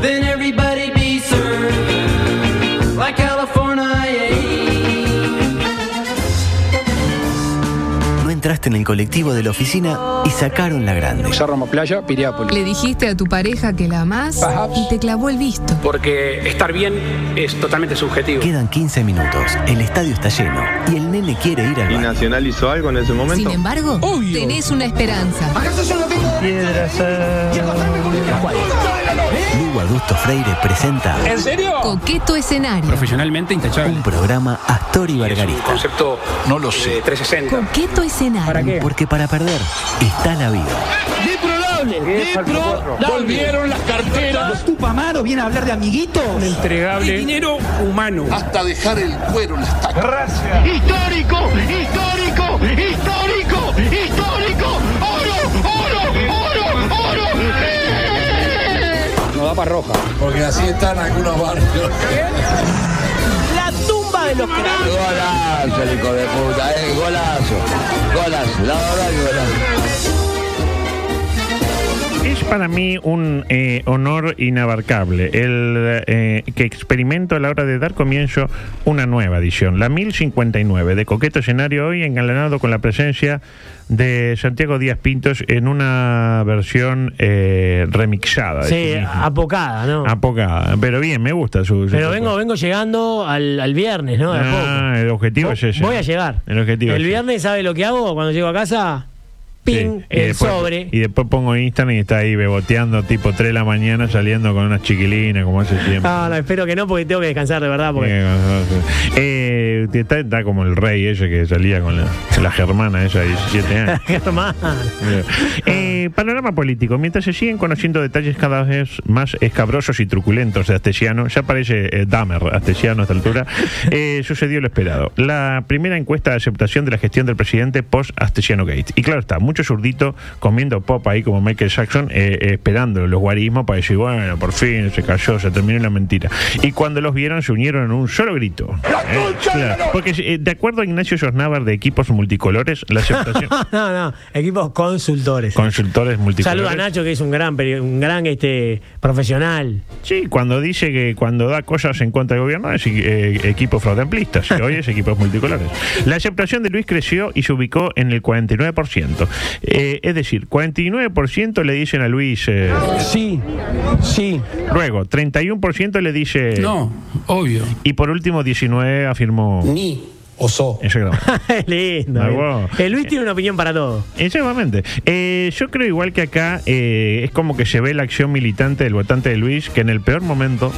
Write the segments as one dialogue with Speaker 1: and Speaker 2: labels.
Speaker 1: Then everybody be served like California.
Speaker 2: No entraste en el colectivo de la oficina y sacaron la grande.
Speaker 3: Cerro Playa, Piriápolis.
Speaker 4: Le dijiste a tu pareja que la amás
Speaker 3: Perhaps.
Speaker 4: y te clavó el visto.
Speaker 5: Porque estar bien es totalmente subjetivo.
Speaker 2: Quedan 15 minutos, el estadio está lleno y el nene quiere ir al
Speaker 6: ¿Y
Speaker 2: baño.
Speaker 6: Nacional hizo algo en ese
Speaker 4: Sin
Speaker 6: momento?
Speaker 4: embargo, tenés una esperanza.
Speaker 2: Lugo Augusto Freire presenta
Speaker 4: Coqueto escenario.
Speaker 5: Profesionalmente intachable.
Speaker 2: un programa Astor y
Speaker 5: Un
Speaker 2: Bargarista.
Speaker 5: concepto no lo sé. 360.
Speaker 4: Coqueto escenario.
Speaker 2: Porque para perder está la vida.
Speaker 7: Volvieron las carteras
Speaker 5: Entregable. dinero humano.
Speaker 7: hasta dejar el cuero en las tacas.
Speaker 8: histórico, histórico, histórico, histórico, oro, oro, oro, oro. ¡Eh!
Speaker 3: No da para roja.
Speaker 7: Porque así están algunos barrios. La tumba de los Golazo, el hijo de puta, eh, golazo. Golazo, la verdad que golazo.
Speaker 9: Es para mí un eh, honor inabarcable el eh, que experimento a la hora de dar comienzo una nueva edición, la 1059 de Coqueto Escenario, hoy engalanado con la presencia de Santiago Díaz Pintos en una versión eh, remixada. de
Speaker 10: Sí,
Speaker 9: sí mismo.
Speaker 10: apocada, ¿no?
Speaker 9: Ah, Apocada. Pero bien, me gusta su. su-
Speaker 10: Pero vengo, vengo llegando al, al viernes, ¿no? De a
Speaker 9: Ah,
Speaker 10: poco.
Speaker 9: el objetivo es ese.
Speaker 10: Voy a llegar.
Speaker 9: El objetivo es
Speaker 10: El
Speaker 9: ese.
Speaker 10: viernes, ¿sabe lo que hago? Cuando llego a casa,
Speaker 9: Sí,
Speaker 10: ping,
Speaker 9: y
Speaker 10: el
Speaker 9: después-
Speaker 10: sobre.
Speaker 9: Y después pongo Instagram y está ahí beboteando tipo 3 de la mañana saliendo con unas chiquilinas como hace siempre.
Speaker 10: Ah, no, espero que no, porque tengo que descansar de verdad. Porque...
Speaker 9: Eh, está, está como el rey ese que salía con la, la germana esa de 17 años.
Speaker 10: Germán.
Speaker 9: Eh, panorama político. Mientras se siguen conociendo detalles cada vez más escabrosos y truculentos de Astesiano, ya parece eh, Dahmer Astesiano a esta altura, eh, sucedió lo esperado. La primera encuesta de aceptación de la gestión del presidente post-Astesiano Gates. Y claro está, mucho zurdito comiendo pop ahí como Michael Jackson, eh, eh, esperando los guarismos para decir, bueno, por fin se cayó, se terminó la mentira. Y cuando los vieron, se unieron en un solo grito. Eh, claro, porque eh, de acuerdo a Ignacio Yosnávar de Equipos Multicolores, la aceptación...
Speaker 10: no, no, equipos consultores.
Speaker 9: Consultores multicolores.
Speaker 10: Saluda a Nacho, que es un gran, peri- un gran este, profesional.
Speaker 9: Sí, cuando dice que cuando da cosas en contra del gobierno es eh, equipo fraudemplistas, y hoy es equipos multicolores. La aceptación de Luis creció y se ubicó en el 49%. Eh, es decir, 49% le dicen a Luis... eh,
Speaker 10: Sí, sí.
Speaker 9: luego, 31% le dice...
Speaker 5: No, obvio.
Speaker 9: Y por último, 19 afirmó... Ni oso.
Speaker 10: Lindo.
Speaker 9: Ah, wow.
Speaker 10: Eh, Luis tiene una opinión para todo.
Speaker 9: Exactamente. Eh, yo creo igual que acá eh, es como que se ve la acción militante del votante de Luis, que en el peor momento,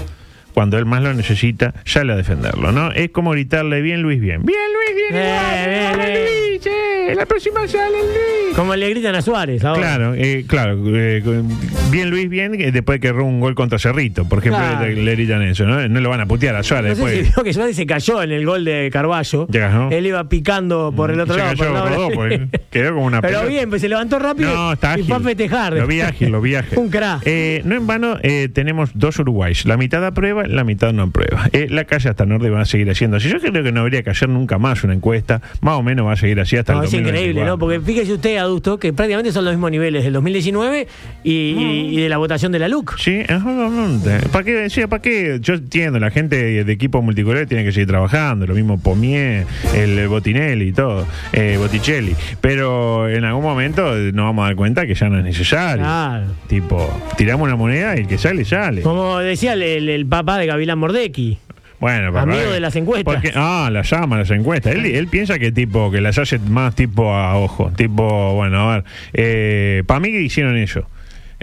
Speaker 9: cuando él más lo necesita, sale a defenderlo, ¿no? Es como gritarle, bien Luis, bien. Bien Luis, bien,
Speaker 10: Eh,
Speaker 9: igual,
Speaker 10: bien,
Speaker 9: ahora
Speaker 10: bien.
Speaker 9: Luis, eh, la próxima sale Luis.
Speaker 10: Como le gritan a Suárez ahora.
Speaker 9: Claro, eh, claro. eh, con- bien Luis, bien, eh, después que erró un gol contra Cerrito, por ejemplo,
Speaker 10: Claro.
Speaker 9: le, le gritan eso, ¿no? No lo van a putear a
Speaker 10: No sé
Speaker 9: Suárez
Speaker 10: si
Speaker 9: después.
Speaker 10: vio que Suárez se cayó en el gol de Carballo.
Speaker 9: Ya, ¿no?
Speaker 10: Él iba picando por el otro
Speaker 9: Se
Speaker 10: lado.
Speaker 9: cayó,
Speaker 10: por el lado de
Speaker 9: rodó,
Speaker 10: la-
Speaker 9: pues, quedó como una
Speaker 10: Pero
Speaker 9: pelota.
Speaker 10: bien, pues se levantó rápido
Speaker 9: No, está
Speaker 10: y
Speaker 9: ágil.
Speaker 10: fue a festejar.
Speaker 9: Lo vi ágil, lo vi ágil.
Speaker 10: Un crack.
Speaker 9: Eh, no en vano eh, tenemos dos Uruguays. La mitad aprueba, la mitad no aprueba. Eh, la calle hasta norte va a seguir haciendo así. Yo creo que no habría que hacer nunca más una encuesta. Más o menos va a seguir así hasta
Speaker 10: No,
Speaker 9: el
Speaker 10: es increíble, ¿no?
Speaker 9: 2024.
Speaker 10: Porque fíjese usted, adusto, que prácticamente son los mismos niveles del 2019 y, y- y de la votación de la LUC.
Speaker 9: Sí, exactamente. ¿Para qué? Sí, ¿para qué? Yo entiendo, la gente de, de equipo multicolor tiene que seguir trabajando, lo mismo Pomier, el, eh, Botinelli y todo, eh, Botticelli. Pero en algún momento eh, nos vamos a dar cuenta que ya no es necesario.
Speaker 10: Claro.
Speaker 9: Tipo, tiramos una moneda y el que sale, sale.
Speaker 10: Como decía el, el- el papá de Gavilán Mordecki.
Speaker 9: Bueno, pero
Speaker 10: Amigo
Speaker 9: pará que-
Speaker 10: de las encuestas.
Speaker 9: porque- ah, las llama, las encuestas. Él, él piensa que tipo, que las hace más tipo a ojo. Tipo, bueno, a ver. Para mí que hicieron eso.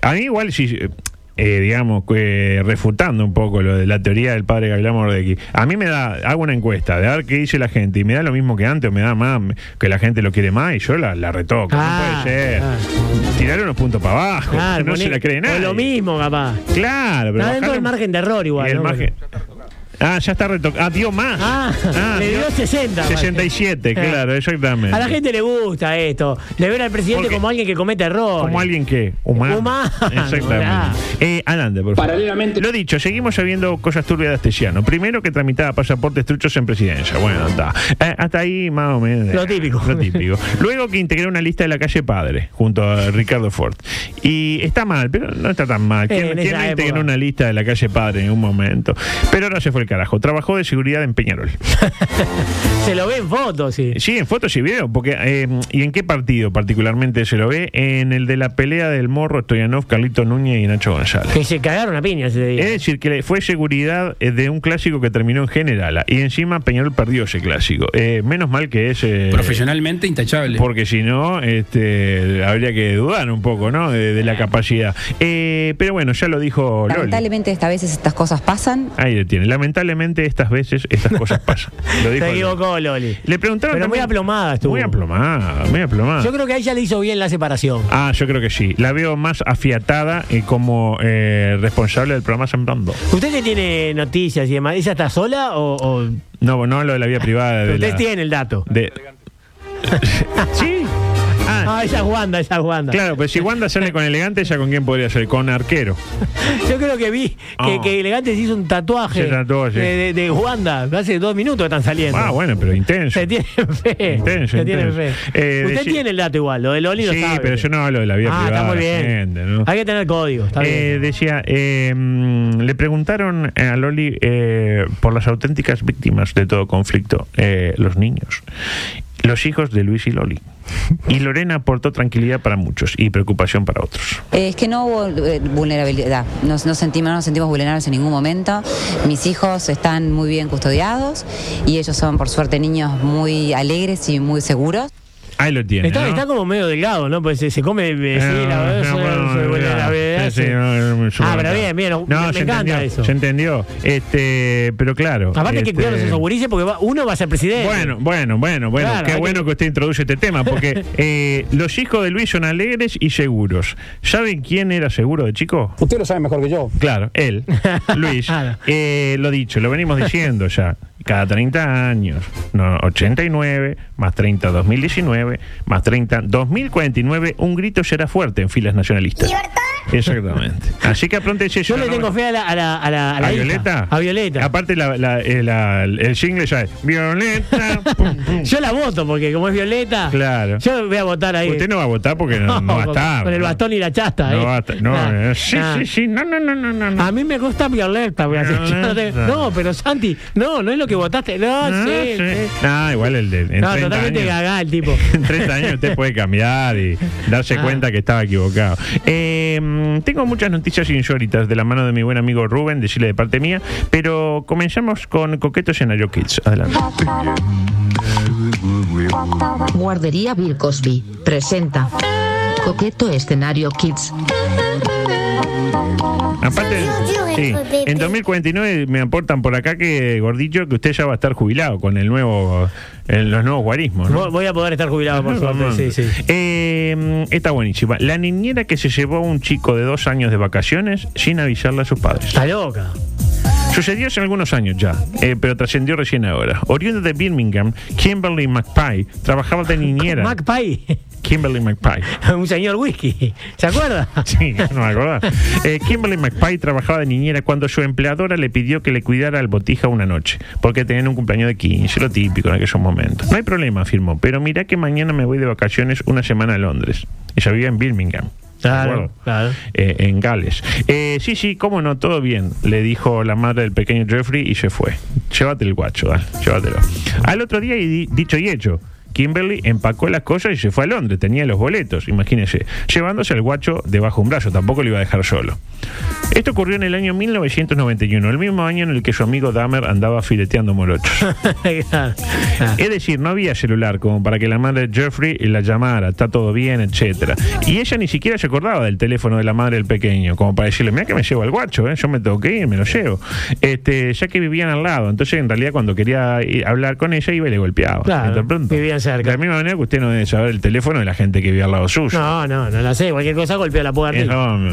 Speaker 9: A mí igual si. eh, digamos, que refutando un poco lo de la teoría del padre Gavilán Mordecki. A mí me da, hago una encuesta de a ver qué dice la gente y me da lo mismo que antes o me da más, que la gente lo quiere más y yo la, la retoco.
Speaker 10: Ah,
Speaker 9: no puede ser.
Speaker 10: ah.
Speaker 9: Tirar unos puntos para abajo.
Speaker 10: Claro,
Speaker 9: no
Speaker 10: poné-
Speaker 9: se la cree
Speaker 10: O
Speaker 9: nadie.
Speaker 10: lo mismo, capaz.
Speaker 9: Claro, pero.
Speaker 10: Está dentro
Speaker 9: bajar-
Speaker 10: del margen de error igual,
Speaker 9: y el
Speaker 10: ¿no?
Speaker 9: margen- Ah, ya está retocado. Ah, dio más.
Speaker 10: Ah, le dio 60,
Speaker 9: 67,
Speaker 10: Mate.
Speaker 9: claro, exactamente.
Speaker 10: A la gente le gusta esto, de ver al presidente
Speaker 9: Porque-
Speaker 10: como alguien que comete errores.
Speaker 9: Como alguien que, humano.
Speaker 10: Humano, Ah. claro.
Speaker 9: Exactamente. Eh, adelante, por favor.
Speaker 5: Paralelamente-
Speaker 9: Lo dicho, seguimos sabiendo cosas turbias de Astesiano. Primero que tramitaba pasaportes truchos en presidencia. Bueno, está. Eh, hasta ahí más o menos.
Speaker 10: Lo típico.
Speaker 9: Lo típico. Luego que integró una lista de la calle Padre junto a Ricardo Ford. Y está mal, pero no está tan mal. ¿Quién,
Speaker 10: Eh, En
Speaker 9: quién
Speaker 10: esa
Speaker 9: no
Speaker 10: época.
Speaker 9: integró una lista de la calle Padre en un momento? Pero ahora se fue el carajo. Trabajó de seguridad en Peñarol.
Speaker 10: Se lo ve en fotos, sí.
Speaker 9: Sí, en fotos y videos, porque eh, ¿y en qué partido particularmente se lo ve? En el de la pelea del Morro, Stoyanov, Carlito Núñez y Nacho González.
Speaker 10: Que se cagaron a piña ese día.
Speaker 9: Es decir, que le- fue seguridad eh, de un clásico que terminó en Generala y encima Peñarol perdió ese clásico. Eh, menos mal que es... eh,
Speaker 5: Profesionalmente intachable.
Speaker 9: Porque si no, este, habría que dudar un poco, ¿no? De, de la capacidad. Eh, pero bueno, ya lo dijo Loli.
Speaker 6: Lamentablemente esta veces estas cosas pasan.
Speaker 9: Ahí lo tiene. Lamentablemente estas veces estas cosas pasan. Lo dijo
Speaker 10: se
Speaker 9: Loli.
Speaker 10: equivocó, Loli.
Speaker 9: Le preguntaron...
Speaker 10: Pero muy
Speaker 9: también-
Speaker 10: aplomada estuvo.
Speaker 9: Muy aplomada, muy aplomada.
Speaker 10: Yo creo que a ella le hizo bien la separación.
Speaker 9: Ah, yo creo que sí. La veo más afiatada eh, como eh, responsable del programa Sembrando.
Speaker 10: ¿Usted que tiene noticias y demás? ¿Ella está sola o.? o-
Speaker 9: No, no lo de la vía privada.
Speaker 10: pero
Speaker 9: De
Speaker 10: usted
Speaker 9: la-
Speaker 10: tiene el dato.
Speaker 9: de- sí. Ah,
Speaker 10: Ah, ella es Wanda, ella es Wanda.
Speaker 9: claro, pues si Wanda sale con elegante, ¿ya con quién podría ser? Con arquero.
Speaker 10: Yo creo que vi que,
Speaker 9: Ah.
Speaker 10: que Elegante se hizo un tatuaje,
Speaker 9: Se tatuaje.
Speaker 10: De, de- de Wanda. Hace dos minutos están saliendo.
Speaker 9: Ah, bueno, pero intenso.
Speaker 10: Se tiene fe.
Speaker 9: Intenso,
Speaker 10: se tiene fe.
Speaker 9: intenso. Eh,
Speaker 10: Usted
Speaker 9: decí-
Speaker 10: tiene el dato igual, lo del Loli lo
Speaker 9: Sí,
Speaker 10: sabe.
Speaker 9: pero yo no hablo de la vía
Speaker 10: Ah,
Speaker 9: privada.
Speaker 10: está muy bien.
Speaker 9: gente, ¿no?
Speaker 10: Hay que tener código. Está
Speaker 9: Eh,
Speaker 10: bien.
Speaker 9: decía, eh, mm, le preguntaron a Loli eh, por las auténticas víctimas de todo conflicto, eh, los niños, los hijos de Luis y Loli. Y Lorena aportó tranquilidad para muchos y preocupación para otros.
Speaker 6: Eh, es que no hubo eh, vulnerabilidad, nos, no, sentimos, no nos sentimos vulnerables en ningún momento. Mis hijos están muy bien custodiados y ellos son por suerte niños muy alegres y muy seguros.
Speaker 9: Ahí lo tiene.
Speaker 10: Está,
Speaker 9: ¿no?
Speaker 10: está como medio delgado, ¿no? Pues se, se come. eh,
Speaker 9: Eh,
Speaker 10: sí, la verdad,
Speaker 9: no,
Speaker 10: soy-
Speaker 9: bueno,
Speaker 10: soy buena, la
Speaker 9: ya.
Speaker 10: verdad,
Speaker 9: Sí,
Speaker 10: sí.
Speaker 9: sí, no, no, me
Speaker 10: Ah,
Speaker 9: suena.
Speaker 10: pero bien, bien. me-
Speaker 9: No,
Speaker 10: me
Speaker 9: se
Speaker 10: encanta
Speaker 9: entendió,
Speaker 10: eso.
Speaker 9: Se entendió. Este, pero claro.
Speaker 10: Aparte hay que
Speaker 9: este,
Speaker 10: cuidarnos esos gurises porque va- uno va a ser presidente.
Speaker 9: Bueno, bueno, bueno, bueno.
Speaker 10: Claro, hay
Speaker 9: Qué
Speaker 10: que-
Speaker 9: bueno que... usted introduce este tema, porque eh, los hijos de Luis son alegres y seguros. ¿Saben quién era seguro de chico?
Speaker 5: Usted lo sabe mejor que yo.
Speaker 9: Claro, él, Luis.
Speaker 10: Claro.
Speaker 9: Eh, lo dicho, lo venimos diciendo ya. Cada 30 años, no, 89, más 30, 2019, más 30, 2049, un grito será fuerte en filas nacionalistas. Exactamente. Así que apróntense.
Speaker 10: Yo le tengo fe a la. ¿A, la, a, la,
Speaker 9: ¿A,
Speaker 10: la hija.
Speaker 9: Violeta?
Speaker 10: A Violeta.
Speaker 9: Aparte, la- la- eh, la- el single ya es Violeta. pum, pum.
Speaker 10: Yo la voto porque como es Violeta.
Speaker 9: Claro.
Speaker 10: Yo voy a votar ahí.
Speaker 9: Usted no va a votar porque no, no va a
Speaker 10: con,
Speaker 9: estar.
Speaker 10: con el
Speaker 9: ¿no?
Speaker 10: bastón ah. y la chasta.
Speaker 9: No
Speaker 10: eh.
Speaker 9: va a estar. No,
Speaker 10: Nah,
Speaker 9: eh, sí,
Speaker 10: nah.
Speaker 9: sí, sí. No, no, no, no, no. no.
Speaker 10: A mí me gusta Violeta. voy a hacer- yo no te-
Speaker 9: Violeta.
Speaker 10: No, pero Santi, no, no es lo que votaste. No,
Speaker 9: Ah,
Speaker 10: sí.
Speaker 9: sí.
Speaker 10: sí.
Speaker 9: Nah, igual el de. en
Speaker 10: No,
Speaker 9: 30
Speaker 10: totalmente
Speaker 9: años-
Speaker 10: cagá el tipo.
Speaker 9: en 30 años usted puede cambiar y darse
Speaker 10: Ah.
Speaker 9: cuenta que estaba equivocado. Eh, mm, tengo muchas noticias insólitas de la mano de mi buen amigo Rubén, de Chile de parte mía, pero comenzamos con Coqueto Escenario Kids. Adelante.
Speaker 6: Guardería Bill Cosby presenta Coqueto Escenario Kids.
Speaker 9: Aparte, sí, en 2049 me aportan por acá que, gordillo, que usted ya va a estar jubilado con el nuevo, el- los nuevos guarismos. ¿no?
Speaker 10: Vo- Voy a poder estar jubilado, por suerte. Sí, sí.
Speaker 9: Eh, está buenísima. La niñera que se llevó a un chico de dos años de vacaciones sin avisarle a sus padres.
Speaker 10: Está loca.
Speaker 9: Sucedió hace algunos años ya, eh, pero trascendió recién ahora. Oriunda de Birmingham, Kimberly McPie trabajaba de niñera.
Speaker 10: McPie,
Speaker 9: Kimberly McPie.
Speaker 10: un señor whisky. ¿Se acuerda?
Speaker 9: Sí, no me acordaba. Eh, Kimberly McPie trabajaba de niñera cuando su empleadora le pidió que le cuidara al botija una noche, porque tenían un cumpleaños de 15, lo típico en aquellos momentos. No hay problema, afirmó, pero mirá que mañana me voy de vacaciones una semana a Londres. Ella vivía en Birmingham. ¿de
Speaker 10: Claro,
Speaker 9: acuerdo?
Speaker 10: claro.
Speaker 9: Eh, en Gales. Eh, sí, sí, cómo no, todo bien, le dijo la madre del pequeño Jeffrey y se fue. Llévate el guacho, dale, llévatelo. Al otro día, y di- dicho y hecho, Kimberly empacó las cosas y se fue a Londres. Tenía los boletos, imagínense, llevándose al guacho debajo un brazo, tampoco lo iba a dejar solo. Esto ocurrió en el año 1991, el mismo año en el que su amigo Dahmer andaba fileteando morochos.
Speaker 10: Claro. Ah.
Speaker 9: Es decir, no había celular como para que la madre de Jeffrey la llamara, está todo bien, etcétera. Y ella ni siquiera se acordaba del teléfono de la madre del pequeño, como para decirle, mira que me llevo al guacho, ¿eh? yo me tengo que ir, me lo llevo. Este, ya que vivían al lado, entonces en realidad cuando quería ir a hablar con ella iba y le golpeaba.
Speaker 10: Claro,
Speaker 9: Entonces, pronto.
Speaker 10: vivían tan cerca.
Speaker 9: De la misma manera que usted no debe saber el teléfono de la gente que vive al lado suyo.
Speaker 10: No, no, no la sé. Cualquier cosa golpea la puerta.
Speaker 9: Es no-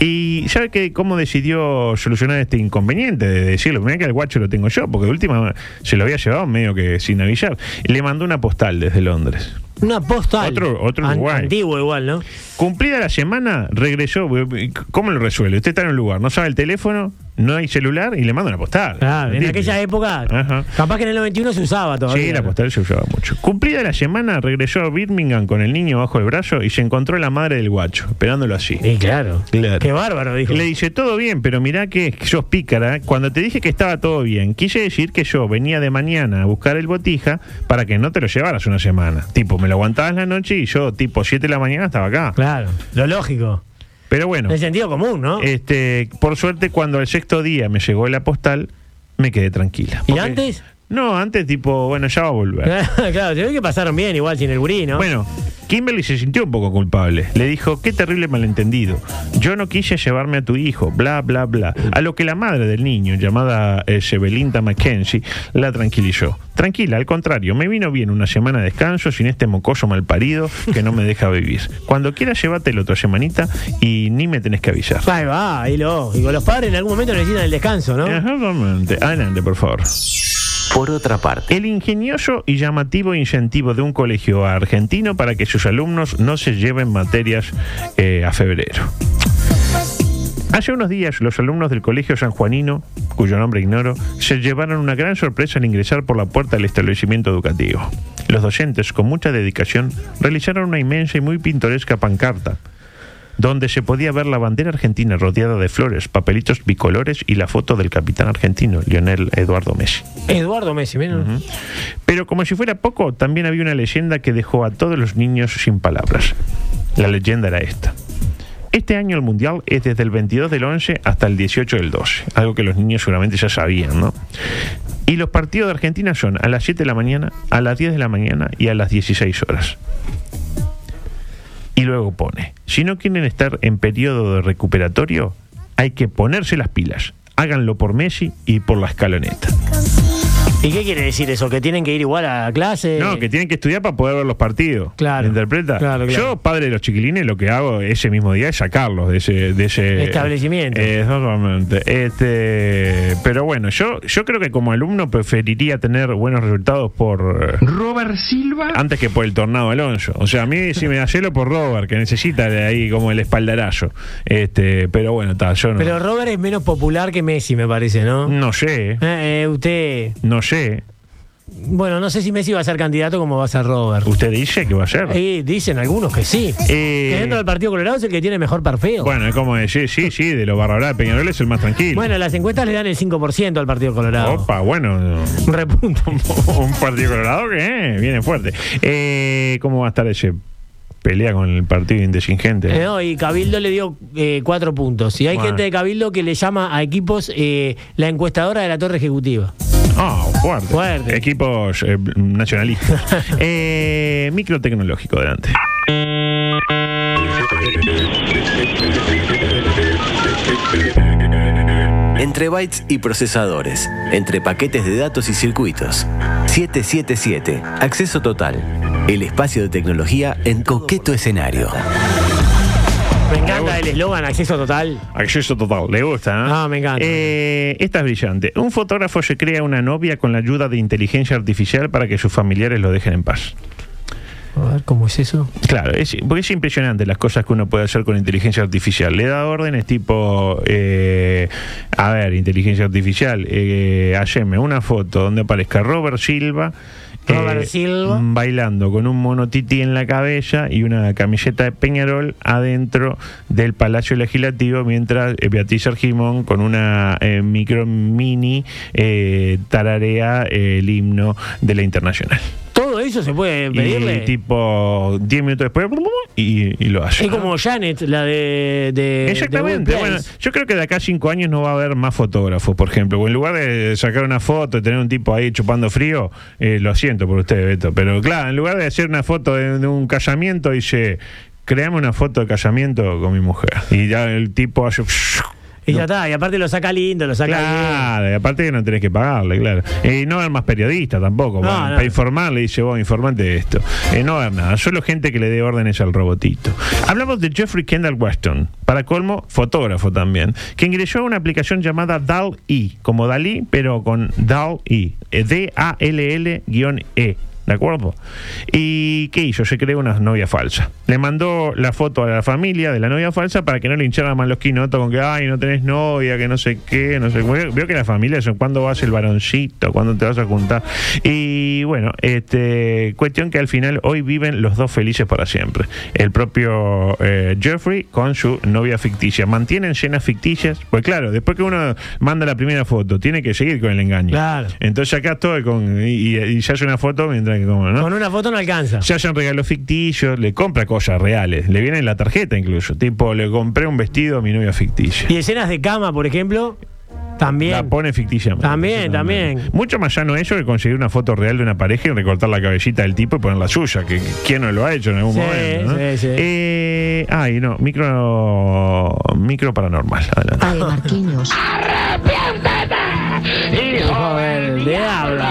Speaker 9: y sabe que cómo decidió solucionar este inconveniente de decirlo, mira que el guacho lo tengo yo, porque de última se lo había llevado medio que sin avisar. Le mandó una postal desde Londres.
Speaker 10: Una postal.
Speaker 9: Otro- otro Uruguay.
Speaker 10: Antiguo igual, ¿no?
Speaker 9: Cumplida la semana, regresó. ¿Cómo lo resuelve? Usted está en un lugar, no sabe el teléfono, no hay celular y le manda una postal.
Speaker 10: Claro, Ah, en
Speaker 9: Típico.
Speaker 10: aquella época,
Speaker 9: Ajá.
Speaker 10: capaz que en el 91 se usaba todavía.
Speaker 9: Sí, la postal se usaba mucho. Cumplida la semana, regresó a Birmingham con el niño bajo el brazo y se encontró la madre del guacho, esperándolo así.
Speaker 10: Sí, claro.
Speaker 9: Claro.
Speaker 10: Qué bárbaro, dijo.
Speaker 9: Le dice, todo bien, pero mirá que sos pícara. Cuando te dije que estaba todo bien, quise decir que yo venía de mañana a buscar el botija para que no te lo llevaras una semana. Tipo, me lo aguantabas la noche y yo, tipo, 7 de la mañana estaba acá.
Speaker 10: Claro, lo lógico.
Speaker 9: Pero bueno,
Speaker 10: En el sentido común, ¿no?
Speaker 9: este, por suerte, cuando el sexto día me llegó la postal, me quedé tranquila.
Speaker 10: ¿Y
Speaker 9: Porque-
Speaker 10: antes?
Speaker 9: No, antes, tipo, bueno, ya va a volver.
Speaker 10: claro, se ve que pasaron bien igual sin el gurí, ¿no?
Speaker 9: Bueno, Kimberly se sintió un poco culpable. Le dijo, qué terrible malentendido. Yo no quise llevarme a tu hijo, bla, bla, bla. A lo que la madre del niño, llamada eh, Sebelinda Mackenzie, la tranquilizó. Tranquila, al contrario, me vino bien una semana de descanso sin este mocoso malparido que no me deja vivir. Cuando quieras, llévatelo otra semanita y ni me tenés que avisar.
Speaker 10: Ahí va, ahí lógico. Los padres en algún momento necesitan el descanso, ¿no?
Speaker 9: Exactamente. Adelante, por favor.
Speaker 2: Por otra parte,
Speaker 9: El ingenioso y llamativo incentivo de un colegio argentino para que sus alumnos no se lleven materias eh, a febrero. Hace unos días, los alumnos del Colegio San Juanino, cuyo nombre ignoro, se llevaron una gran sorpresa al ingresar por la puerta del establecimiento educativo. Los docentes, con mucha dedicación, realizaron una inmensa y muy pintoresca pancarta, donde se podía ver la bandera argentina rodeada de flores, papelitos bicolores y la foto del capitán argentino, Lionel Eduardo Messi.
Speaker 10: Eduardo Messi, menos.
Speaker 9: Pero como si fuera poco, también había una leyenda que dejó a todos los niños sin palabras. La leyenda era esta. Este año el Mundial es desde el 22 del 11 hasta el 18 del 12, algo que los niños seguramente ya sabían, ¿no? Y los partidos de Argentina son a las 7 de la mañana, a las 10 de la mañana y a las 16 horas. Y luego pone, si no quieren estar en periodo de recuperatorio, hay que ponerse las pilas. Háganlo por Messi y por la escaloneta.
Speaker 10: ¿Y qué quiere decir eso? ¿Que tienen que ir igual a clase?
Speaker 9: No, que tienen que estudiar para poder ver los partidos.
Speaker 10: Eh, Claro.
Speaker 9: ¿Me interpreta?
Speaker 10: Claro, claro.
Speaker 9: Yo, padre de los chiquilines, lo que hago ese mismo día es sacarlos de ese... De ese
Speaker 10: Establecimiento.
Speaker 9: Eh, Exactamente. Este, pero bueno, yo, yo creo que como alumno preferiría tener buenos resultados por... eh,
Speaker 8: Robert Silva.
Speaker 9: Antes que por el tornado Alonso. O sea, a mí sí me da celo por Robert, que necesita de ahí como el espaldarazo. Este, pero bueno, está, yo no...
Speaker 10: Pero Robert es menos popular que Messi, me parece, ¿no?
Speaker 9: no sé,
Speaker 10: Eh, eh, usted.
Speaker 9: no sé.
Speaker 10: Bueno, no sé si Messi va a ser candidato como va a ser Robert.
Speaker 9: ¿Usted dice que va a ser?
Speaker 10: Y dicen algunos que sí.
Speaker 9: Eh,
Speaker 10: Que dentro del Partido Colorado es el que tiene mejor perfil.
Speaker 9: Bueno, es como decir, sí, sí, de los barra brava de Peñarol es el más tranquilo.
Speaker 10: Bueno, las encuestas le dan el 5% al Partido Colorado.
Speaker 9: Opa, bueno.
Speaker 10: Repunto.
Speaker 9: Un partido colorado que eh, viene fuerte. Eh, ¿Cómo va a estar ese pelea con el partido
Speaker 10: Eh,
Speaker 9: indesigente?
Speaker 10: no, y Cabildo le dio eh, cuatro puntos. Y hay
Speaker 9: Bueno.
Speaker 10: gente de Cabildo que le llama a equipos eh, la encuestadora de la Torre Ejecutiva.
Speaker 9: Ah, fuerte.
Speaker 10: Fuerte.
Speaker 9: Equipos eh, nacionalistas. eh, microtecnológico, adelante.
Speaker 2: entre bytes y procesadores, entre paquetes de datos y circuitos. 777, acceso total. El espacio de tecnología en coqueto escenario.
Speaker 10: Me encanta el eslogan acceso total.
Speaker 9: Acceso total, le gusta, ¿no?
Speaker 10: Ah, me encanta.
Speaker 9: Eh, esta es brillante. Un fotógrafo se crea una novia con la ayuda de inteligencia artificial para que sus familiares lo dejen en paz.
Speaker 10: A ver, ¿cómo es eso?
Speaker 9: Claro, es, porque es impresionante las cosas que uno puede hacer con inteligencia artificial. Le da órdenes tipo, eh, a ver, inteligencia artificial, eh, haceme una foto donde aparezca Robert Silva.
Speaker 10: Robert Silva.
Speaker 9: mm, Bailando con un monotiti en la cabeza y una camiseta de Peñarol adentro del Palacio Legislativo, mientras eh, Beatriz Argimón con una eh, micro mini eh, tararea eh, el himno de la Internacional.
Speaker 10: Todo eso se puede pedirle.
Speaker 9: Y tipo 10 minutos después blu, blu, blu, y, y lo hace.
Speaker 10: es como Janet, la de. de
Speaker 9: Exactamente.
Speaker 10: de
Speaker 9: Bueno,
Speaker 10: Workplace.
Speaker 9: yo creo que de acá a cinco años no va a haber más fotógrafos, por ejemplo. O en lugar de sacar una foto y tener un tipo ahí chupando frío, eh, lo siento por usted, Beto. Pero claro, en lugar de hacer una foto de, de un casamiento, dice, créame una foto de casamiento con mi mujer. Y ya el tipo hace...
Speaker 10: Y ya está, y aparte lo saca lindo, lo saca bien.
Speaker 9: Claro, y aparte que no tenés que pagarle, claro. Y no haber más periodistas tampoco.
Speaker 10: No,
Speaker 9: para,
Speaker 10: no.
Speaker 9: para informarle, dice vos, informante de esto. Eh, no haber nada, solo gente que le dé órdenes al robotito. Hablamos de Jeffrey Kendall Weston, para colmo, fotógrafo también, que ingresó a una aplicación llamada DAL-E, como Dalí, pero con DAL-E, eh, D-A-L-L-E. ¿De acuerdo? ¿Y qué hizo? Se creó una novia falsa. Le mandó la foto a la familia de la novia falsa para que no le hincharan más los quinotos con que, ay, no tenés novia, que no sé qué, no sé qué. Veo que la familia son cuando vas el varoncito, cuando te vas a juntar. Y bueno, este, cuestión que al final hoy viven los dos felices para siempre. El propio eh, Jeffrey con su novia ficticia. Mantienen cenas ficticias. Pues claro, después que uno manda la primera foto, tiene que seguir con el engaño.
Speaker 10: Claro.
Speaker 9: Entonces acá estoy con, y, y- y se hace una foto mientras que como, ¿no?
Speaker 10: Con una foto no alcanza.
Speaker 9: Se hacen regalos ficticios, le compra cosas reales, le viene en la tarjeta incluso, tipo, le compré un vestido a mi novia ficticia.
Speaker 10: Y escenas de cama, por ejemplo,
Speaker 9: La
Speaker 10: también.
Speaker 9: pone ficticia.
Speaker 10: También, también.
Speaker 9: Mucho más llano eso que conseguir una foto real de una pareja y recortar la cabecita del tipo y poner la suya, que quién no lo ha hecho en algún
Speaker 10: Sí,
Speaker 9: momento. ¿no?
Speaker 10: sí, sí.
Speaker 9: Eh, ay, no, micro, micro paranormal. Adelante.
Speaker 4: Padre Marquinhos,
Speaker 10: Hijo del diablo.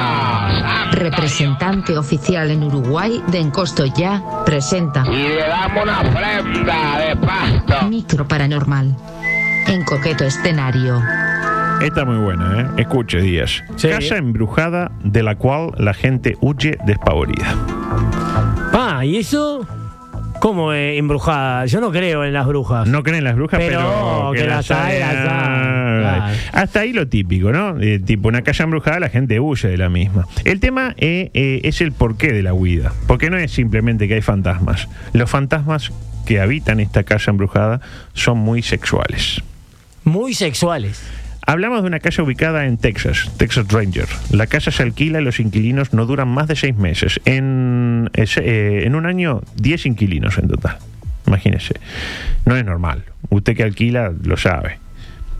Speaker 4: representante oficial en Uruguay de Encosto Ya, presenta
Speaker 8: Y le damos una ofrenda de pasto.
Speaker 4: Micro Paranormal. En coqueto escenario.
Speaker 9: Esta es muy buena, ¿eh? Escuche, Díaz.
Speaker 10: Ah. Sí.
Speaker 9: Casa embrujada de la cual la gente huye despavorida.
Speaker 10: Pa, ¿y eso? ¿Cómo eh, embrujada? Yo no creo en las brujas.
Speaker 9: No creen las brujas, pero,
Speaker 10: Pero que las hay, las hay. Claro.
Speaker 9: Hasta ahí lo típico, ¿no? Eh, tipo una calle embrujada, la gente huye de la misma. El tema eh, eh, es el porqué de la huida. Porque no es simplemente que hay fantasmas. Los fantasmas que habitan esta calle embrujada son muy sexuales.
Speaker 10: Muy sexuales.
Speaker 9: Hablamos de una casa ubicada en Texas, Texas Ranger. La casa se alquila y los inquilinos no duran más de seis meses. En, es- eh, en un año, 10 inquilinos en total. Imagínese. No es normal. Usted que alquila lo sabe.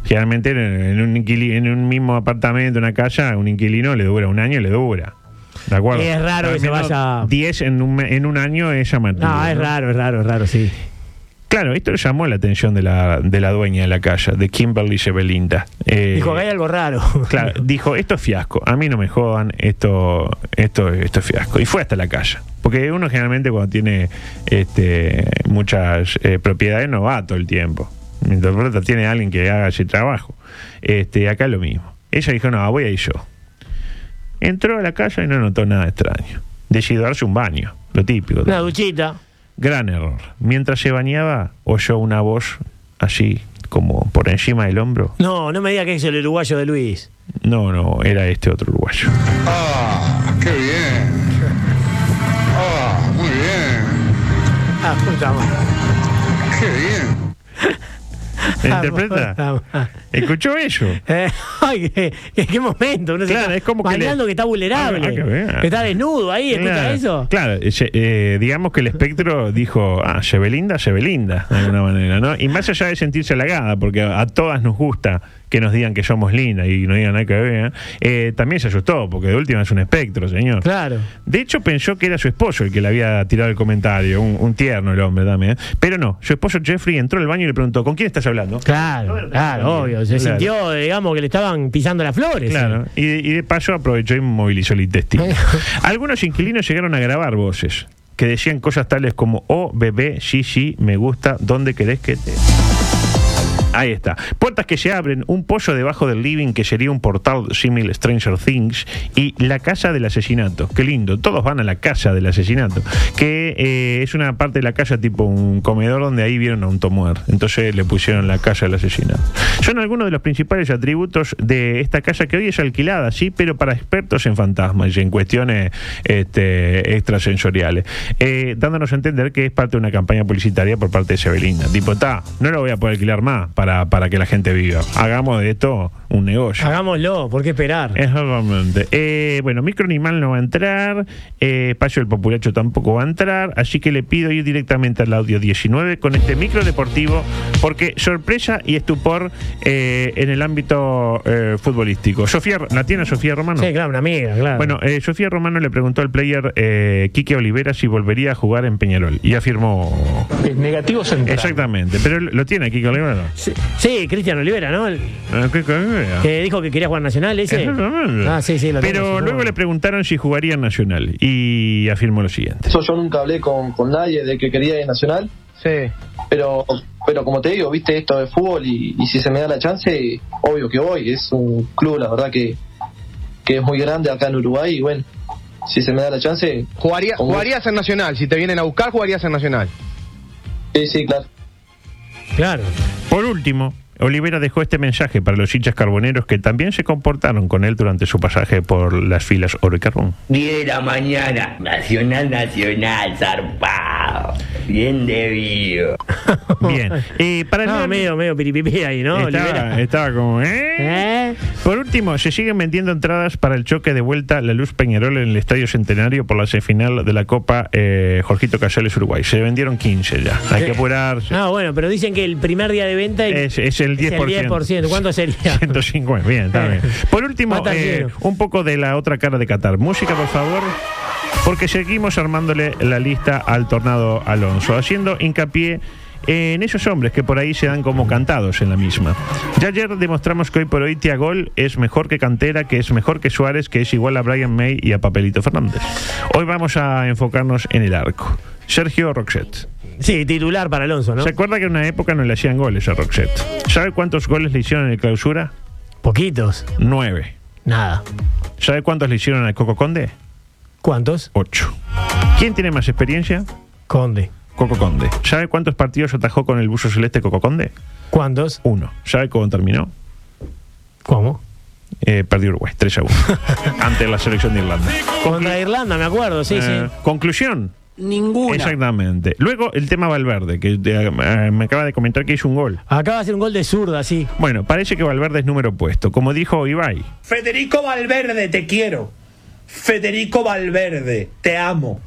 Speaker 9: Generalmente en, en un, inquili- en un mismo apartamento, una casa, un inquilino le dura un año, le dura. ¿De acuerdo?
Speaker 10: Es raro
Speaker 9: Al
Speaker 10: que se
Speaker 9: menos
Speaker 10: vaya-
Speaker 9: 10 en un, me- en un año es llamativo.
Speaker 10: No, es
Speaker 9: ¿no?
Speaker 10: raro, es raro, es raro, sí.
Speaker 9: Claro, esto le llamó la atención de la, de la dueña de la casa, de Kimberly Sebelinda. Eh,
Speaker 10: Dijo que hay algo raro.
Speaker 9: Claro, dijo, esto es fiasco, a mí no me jodan, esto, esto, esto es fiasco. Y fue hasta la calle. Porque uno generalmente cuando tiene este, muchas eh, propiedades no va todo el tiempo. Mientras tanto, tiene alguien que haga ese trabajo. Este, acá es lo mismo. Ella dijo, no, voy a ir yo. Entró a la calle y no notó nada extraño. Decidió darse un baño, lo típico.
Speaker 10: Una duchita.
Speaker 9: Gran error. Mientras se bañaba, oyó una voz así, como por encima del hombro.
Speaker 10: No, no me diga que es el uruguayo de Luis.
Speaker 9: No, no, era este otro uruguayo.
Speaker 7: Ah, qué bien. Ah, muy bien.
Speaker 10: Ah, puta madre.
Speaker 7: Qué bien.
Speaker 9: ¿Me
Speaker 10: Ah,
Speaker 9: interpreta?
Speaker 10: Puta madre.
Speaker 9: ¿Escuchó eso?
Speaker 10: Eh, ay, qué, qué- qué momento. Uno se
Speaker 9: Claro,
Speaker 10: está
Speaker 9: es como que le-
Speaker 10: bailando que está vulnerable.
Speaker 9: Ah, ah, que vea.
Speaker 10: que está desnudo ahí, ¿escucha
Speaker 9: Claro,
Speaker 10: eso?
Speaker 9: Claro, eh, se- eh, digamos que el espectro dijo, ah, Shebelinda, Shebelinda, de alguna manera, ¿no? Y más allá de sentirse halagada, porque a, a todas nos gusta que nos digan que somos lindas y no digan nada que ver, eh, también se asustó, porque de última es un espectro, señor.
Speaker 10: Claro.
Speaker 9: De hecho, pensó que era su esposo el que le había tirado el comentario, un, un tierno el hombre también. ¿eh? Pero no, su esposo Jeffrey entró al baño y le preguntó, ¿con quién estás hablando?
Speaker 10: Claro, claro, obvio. Se
Speaker 9: Claro.
Speaker 10: sintió, digamos, que le estaban pisando las flores.
Speaker 9: Claro, y, de- y de paso aprovechó y movilizó el intestino. Algunos inquilinos llegaron a grabar voces que decían cosas tales como, oh bebé, sí, sí, me gusta, ¿dónde querés que te... Ahí está. Puertas que se abren, un pollo debajo del living que sería un portal símil Stranger Things y la casa del asesinato. Qué lindo, todos van a la casa del asesinato, que eh, es una parte de la casa tipo un comedor donde ahí vieron a un tomuer. Entonces le pusieron la casa del asesinato. Son algunos de los principales atributos de esta casa que hoy es alquilada, sí, pero para expertos en fantasmas y en cuestiones este, extrasensoriales, Eh, dándonos a entender que es parte de una campaña publicitaria por parte de Sebelinda. Tipo, ta, no lo voy a poder alquilar más para, para que la gente viva. Hagamos de esto un negocio.
Speaker 10: Hagámoslo, ¿por qué esperar?
Speaker 9: Exactamente. Eh, bueno, Microanimal no va a entrar, eh, Payo el Populacho tampoco va a entrar, así que le pido ir directamente al audio 19 con este micro deportivo, porque sorpresa y estupor eh, en el ámbito eh, futbolístico. Sofía, ¿la tiene Sofía Romano?
Speaker 10: Sí, claro, una amiga, claro.
Speaker 9: Bueno, eh, Sofía Romano le preguntó al player eh, Quique Olivera si volvería a jugar en Peñarol y afirmó
Speaker 3: Negativo central.
Speaker 9: exactamente, pero lo tiene Quique Olivera. Ah,
Speaker 10: Sí, Sí, sí, Cristian Olivera, ¿no? El- que dijo que quería jugar Nacional, ese. Ah, sí, sí, lo tengo,
Speaker 9: Pero
Speaker 10: sí,
Speaker 9: luego le preguntaron si jugaría en Nacional y afirmó lo siguiente.
Speaker 11: Eso yo nunca hablé con, con nadie de que quería ir a Nacional. Sí. Pero, pero como te digo, viste esto de fútbol y, y si se me da la chance, obvio que voy. Es un club, la verdad, que, que es muy grande acá en Uruguay y bueno, si se me da la chance.
Speaker 12: Jugaría,
Speaker 11: con gusto.
Speaker 12: jugarías en Nacional, si te vienen a buscar, jugarías en Nacional.
Speaker 10: Ah,
Speaker 11: Sí, sí, claro.
Speaker 10: Claro.
Speaker 9: Por último, Olivera dejó este mensaje para los hinchas carboneros que también se comportaron con él durante su pasaje por las filas Oro y Carbón.
Speaker 13: 10 de la mañana. Nacional, nacional, zarpado. Bien debido.
Speaker 9: Bien. Eh, para
Speaker 10: no,
Speaker 9: León-
Speaker 10: medio, medio piripipi ahí, ¿no?
Speaker 9: Estaba,
Speaker 10: Olivera.
Speaker 9: estaba como, ¿eh? Por último, se siguen vendiendo entradas para el choque de vuelta La Luz Peñarol en el Estadio Centenario por la semifinal de la Copa eh, Jorgito Casales Uruguay. Se vendieron 15 ya. Hay que apurarse.
Speaker 10: Ah, bueno, pero dicen que el primer día de venta
Speaker 9: Es, es el 10%.
Speaker 10: ¿Cuánto sería?
Speaker 9: 150, bien, está bien. Por último,
Speaker 10: Mata al
Speaker 9: eh,
Speaker 10: lleno.
Speaker 9: un poco de la otra cara de Qatar. Música, por favor. Porque seguimos armándole la lista al Tornado Alonso, haciendo hincapié en esos hombres que por ahí se dan como cantados en la misma. Ya ayer demostramos que hoy por hoy Tiagol es mejor que Cantera, que es mejor que Suárez, que es igual a Brian May y a Papelito Fernández. Hoy vamos a enfocarnos en el arco. Sergio Roxette.
Speaker 10: Sí, titular para Alonso, ¿no?
Speaker 9: ¿Se acuerda que en una época no le hacían goles a Roxette? ¿Sabe cuántos goles le hicieron en el clausura?
Speaker 10: Poquitos.
Speaker 9: Nueve.
Speaker 10: Nada.
Speaker 9: ¿Sabe cuántos le hicieron al Coco Conde?
Speaker 10: ¿Cuántos?
Speaker 9: Ocho. ¿Quién tiene más experiencia?
Speaker 10: Conde.
Speaker 9: Coco Conde. ¿Sabe cuántos partidos atajó con el buzo celeste Coco Conde?
Speaker 10: ¿Cuántos?
Speaker 9: Uno. ¿Sabe cómo terminó?
Speaker 10: ¿Cómo?
Speaker 9: Eh, perdió Uruguay, 3 a 1. ante la selección de Irlanda.
Speaker 10: Contra Irlanda, me acuerdo, sí,
Speaker 9: Eh,
Speaker 10: sí.
Speaker 9: Conclusión.
Speaker 10: Ninguna.
Speaker 9: Exactamente. Luego el tema Valverde, que eh, me acaba de comentar que hizo un gol.
Speaker 10: Acaba de hacer un gol de zurda, sí.
Speaker 9: Bueno, parece que Valverde es número opuesto. Como dijo Ibai,
Speaker 14: Federico Valverde, te quiero. Federico Valverde, te amo.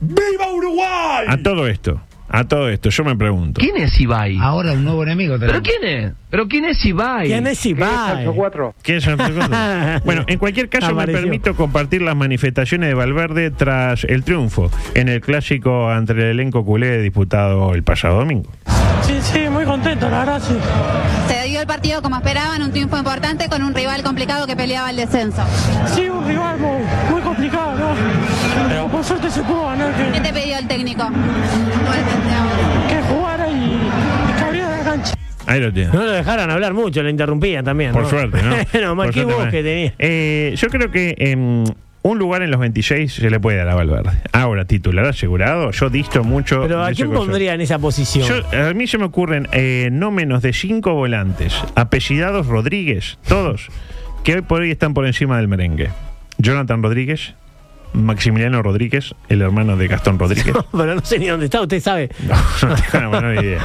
Speaker 14: ¡Viva Uruguay!
Speaker 9: a todo esto, a todo esto, yo me pregunto.
Speaker 15: ¿Quién es Ibai? Ahora un nuevo enemigo.
Speaker 9: tenemos.
Speaker 15: quién es? ¿Pero quién es Ibai?
Speaker 10: ¿Quién es Ibai?
Speaker 9: ¿Quién es Alonso Cuatro? bueno, en cualquier caso
Speaker 10: Apareció.
Speaker 9: me permito compartir las manifestaciones de Valverde tras el triunfo en el clásico ante el elenco culé disputado el pasado domingo.
Speaker 16: Sí, sí, muy contento, la verdad, sí.
Speaker 17: Se dio el partido como esperaban, un triunfo importante con un rival complicado que peleaba el descenso.
Speaker 16: Sí, un rival muy, muy complicado, ¿no? Pero por suerte se pudo ganar,
Speaker 17: ¿Qué
Speaker 16: que,
Speaker 17: te pidió el técnico?
Speaker 16: que jugara y, y que abriera la cancha.
Speaker 9: Ahí lo tiene.
Speaker 10: No lo dejaron hablar mucho, lo interrumpían también.
Speaker 9: Por
Speaker 10: ¿no?
Speaker 9: suerte, ¿no?
Speaker 10: bueno, más
Speaker 9: Por
Speaker 10: que
Speaker 9: suerte,
Speaker 10: vos
Speaker 9: más.
Speaker 10: que tenías.
Speaker 9: Eh, yo creo que em, un lugar en los 26 se le puede dar a Valverde. Ahora, titular asegurado, yo disto mucho.
Speaker 10: Pero ¿a
Speaker 9: de
Speaker 10: quién
Speaker 9: esa cosa.
Speaker 10: pondría en esa posición?
Speaker 9: Yo- a mí se me ocurren eh, no menos de cinco volantes, apellidados Rodríguez, todos, que hoy por hoy están por encima del merengue. Jonathan Rodríguez, Maximiliano Rodríguez, el hermano de Gastón Rodríguez.
Speaker 10: Pero no sé ni dónde está, usted sabe.
Speaker 9: No tengo la menor idea.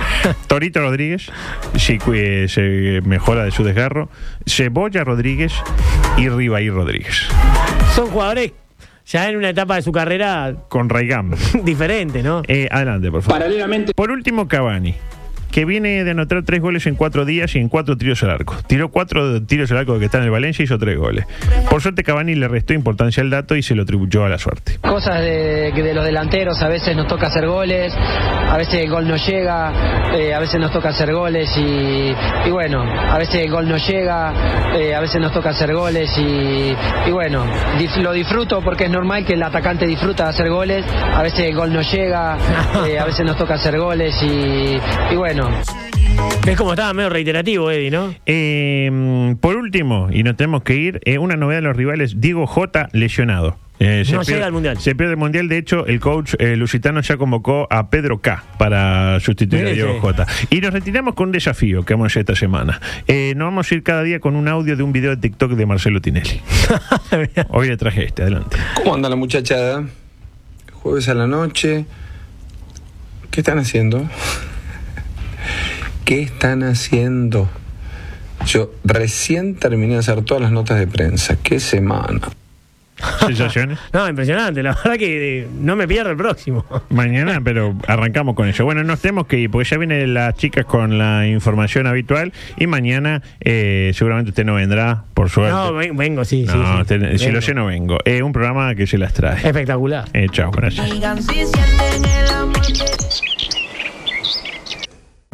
Speaker 9: Torito Rodríguez, si eh, se mejora de su desgarro. Cebolla Rodríguez y Ribaí Rodríguez.
Speaker 10: Son jugadores ya en una etapa de su carrera
Speaker 9: Con Raigam.
Speaker 10: diferente, ¿no?
Speaker 9: Eh, adelante, por favor. Paralelamente. Por último, Cavani. Que viene de anotar tres goles en cuatro días y en cuatro tiros al arco. Tiró cuatro tiros al arco que está en el Valencia y hizo tres goles. Por suerte, Cavani le restó importancia al dato y se lo atribuyó a la suerte.
Speaker 18: Cosas de, que de los delanteros, a veces nos toca hacer goles, a veces el gol no llega, eh, a veces nos toca hacer goles y, y bueno, a veces el gol no llega, eh, a veces nos toca hacer goles y, y bueno, dif- lo disfruto porque es normal que el atacante disfruta de hacer goles, a veces el gol no llega, eh, a veces nos toca hacer goles y, y bueno.
Speaker 10: Es como estaba medio reiterativo, Eddie, ¿no?
Speaker 9: Eh, por último, y nos tenemos que ir, eh, una novedad de los rivales, Diego J lesionado. Eh,
Speaker 10: No llega al Mundial.
Speaker 9: Se pierde el Mundial, de hecho, el coach eh, Lusitano ya convocó a Pedro K para sustituir
Speaker 10: Mire,
Speaker 9: a Diego
Speaker 10: sí.
Speaker 9: J. Y nos retiramos con un desafío que vamos a hacer esta semana. Eh, nos vamos a ir cada día con un audio de un video de TikTok de Marcelo Tinelli. Hoy le traje este, adelante.
Speaker 19: ¿Cómo anda la muchachada? Jueves a la noche. ¿Qué están haciendo? ¿Qué están haciendo? Yo recién terminé de hacer todas las notas de prensa. ¿Qué semana?
Speaker 9: Sensaciones.
Speaker 10: No, impresionante. La verdad que eh, no me pierdo el próximo.
Speaker 9: Mañana, pero arrancamos con eso. Bueno, nos tenemos que ir porque ya vienen las chicas con la información habitual y mañana eh, seguramente usted no vendrá, por suerte.
Speaker 10: No, ven- vengo, sí, sí,
Speaker 9: No,
Speaker 10: sí.
Speaker 9: ten- si
Speaker 10: Vengo.
Speaker 9: lo sé, no vengo. Es un programa que se las trae.
Speaker 10: Espectacular.
Speaker 9: Eh, chao, gracias.